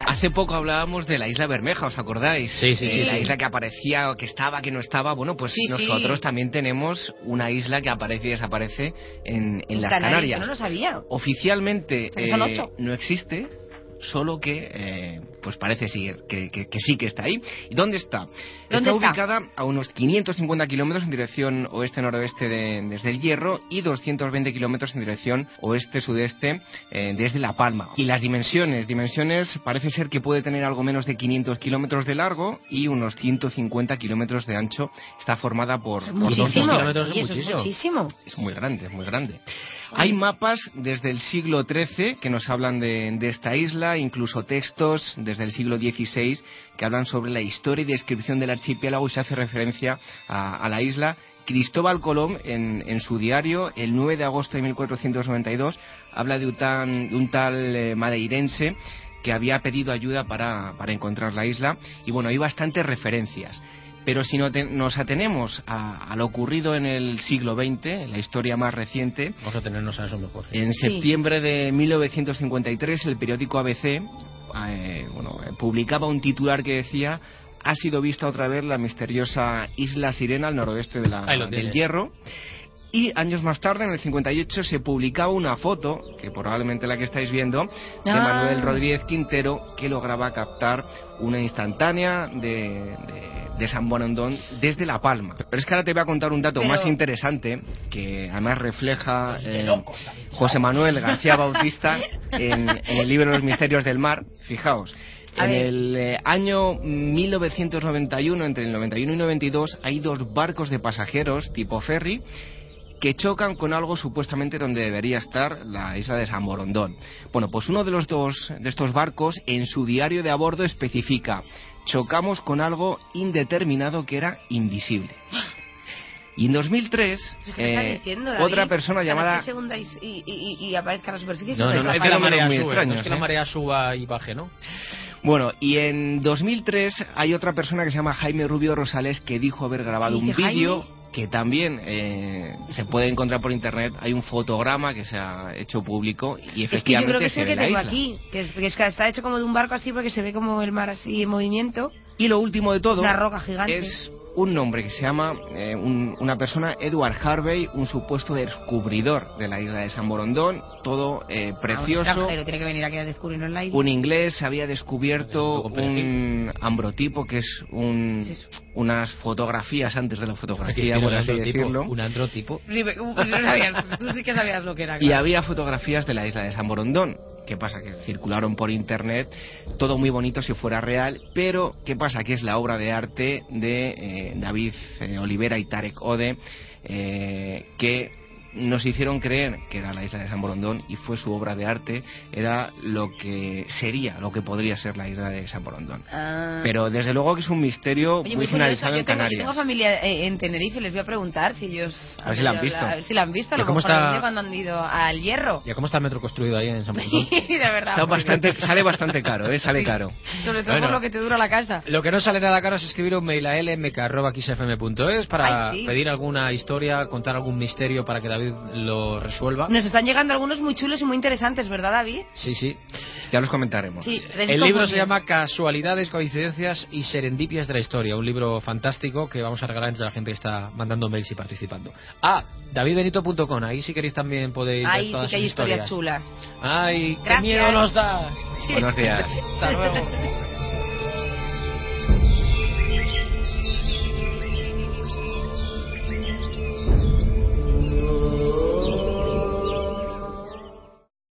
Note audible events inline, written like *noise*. hace poco hablábamos de la isla Bermeja, ¿os acordáis? Sí, sí, sí, Eh, La sí. isla que aparecía, o que estaba, que no estaba. Bueno, pues Sí, nosotros sí. también tenemos una isla que aparece y desaparece en, en las Canarias, Canarias. yo no lo sabía. Oficialmente O sea, que son eh, ocho. no existe, solo que eh, pues parece sí, que, que- que sí que está ahí. ¿Y dónde está? ¿Dónde está? ubicada a unos 550 kilómetros en dirección oeste-noroeste de- desde el Hierro y 220 kilómetros en dirección oeste-sudeste eh, desde La Palma. Y las dimensiones, dimensiones parece ser que puede tener algo menos de 500 kilómetros de largo y unos 150 kilómetros de ancho. Está formada por, por dos Muchísimo. montañas. kilómetros es Y eso es muchísimo. muchísimo. Es muy grande, es muy grande. Hay mapas desde el siglo XIII que nos hablan de, de esta isla, incluso textos desde el siglo XVI que hablan sobre la historia y descripción del archipiélago y se hace referencia a, a la isla. Cristóbal Colón, en, en su diario, el 9 de agosto de 1492, habla de un, tan- de un tal eh, madeirense que había pedido ayuda para, para encontrar la isla. Y bueno, hay bastantes referencias. Pero si no te- nos atenemos a, a lo ocurrido en el siglo XX, en la historia más reciente, Vamos a tenernos a eso mejor. en Sí. septiembre de 1953 el periódico ABC eh, bueno, eh, publicaba un titular que decía ha sido vista otra vez la misteriosa isla Sirena al noroeste de la, Ahí lo del tienes. Hierro. Y años más tarde, en el 58, se publicaba una foto, que probablemente la que estáis viendo, de Ah. Manuel Rodríguez Quintero, que lograba captar una instantánea de, de- de San Bonondón desde La Palma. Pero es que ahora te voy a contar un dato Pero- más interesante, que además refleja Pues eh, José Manuel García Bautista en, en el libro Los Misterios del Mar. Fijaos. A En ver. el eh, año 1991, entre el 91 y 92, hay dos barcos de pasajeros tipo ferry que chocan con algo supuestamente donde debería estar la isla de San Borondón. Bueno, pues uno de los dos de estos barcos en su diario de a bordo especifica chocamos con algo indeterminado que era invisible. Y en 2003 ¿Pero ¿Qué estás eh, diciendo, otra David? persona Ojalá llamada que se hunda y, y, y- y aparezca la superficie. No, no, no, Hay es que la fenómenos marea muy sube, no extraños, es que la ¿eh? marea suba y baje, ¿no? Bueno, y en 2003 hay otra persona que se llama Jaime Rubio Rosales que dijo haber grabado ¿Qué un dice vídeo Jaime? que también eh, se puede encontrar por internet. Hay un fotograma que se ha hecho público y Es que yo efectivamente creo que es se el ve que la tengo isla. aquí, que, es, que es que está hecho como de un barco así porque se ve como el mar así en movimiento. Ah, Y lo último de todo Una roca gigante. es un nombre que se llama eh, un- una persona, Edward Harvey, un supuesto descubridor de la isla de San Borondón, todo eh, Ah, un precioso. extranjero tiene que venir aquí a descubrirnos la isla. Un inglés había descubierto Un poco un ambrotipo, que es un, ¿Qué es eso? unas fotografías antes de la Aquí es fotografía, que por un así androtipo, decirlo. un androtipo. Sí, pero tú no sabías, tú sí que sabías lo que *laughs* era. Y claro. había fotografías de la isla de San Borondón. ¿Qué pasa? Que circularon por internet, todo muy bonito si fuera real, pero ¿qué pasa? Que es la obra de arte de eh, David eh, Olivera y Tarek Ode, eh, que nos hicieron creer que era la isla de San Borondón y fue su obra de arte, era lo que sería, lo que podría ser la isla de San Borondón. Ah. Pero desde luego que es un misterio Oye, muy muy curioso. finalizado Yo en tengo, yo Canarias. tengo familia eh, en Tenerife, les voy a preguntar si ellos... A ver si han la han ido visto. A ver si la han visto, ¿Y a lo cómo mejor está? algún día cuando han ido al hierro. ¿Ya cómo está el metro construido ahí en San *laughs* Borondón? de verdad. Está porque- bastante, sale bastante caro, ¿eh? sale Sí. caro. Sobre todo Bueno. por lo que te dura la casa. Lo que no sale nada caro es escribir un mail a lmk.xfm.es para Ay, sí. pedir alguna historia, contar algún misterio para que David lo resuelva. Nos están llegando algunos muy chulos y muy interesantes, ¿verdad, David? Sí, sí. Ya los comentaremos. Sí. de esos El libro confundidos. se llama Casualidades, Coincidencias y Serendipias de la Historia. Un libro fantástico que vamos a regalar entre la gente que está mandando mails y participando. Ah, davidbenito.com. Ahí si queréis también podéis ver Ahí sí todas que hay sus historias chulas. Ay, qué Gracias. miedo nos da. *laughs* Buenos días. Hasta luego.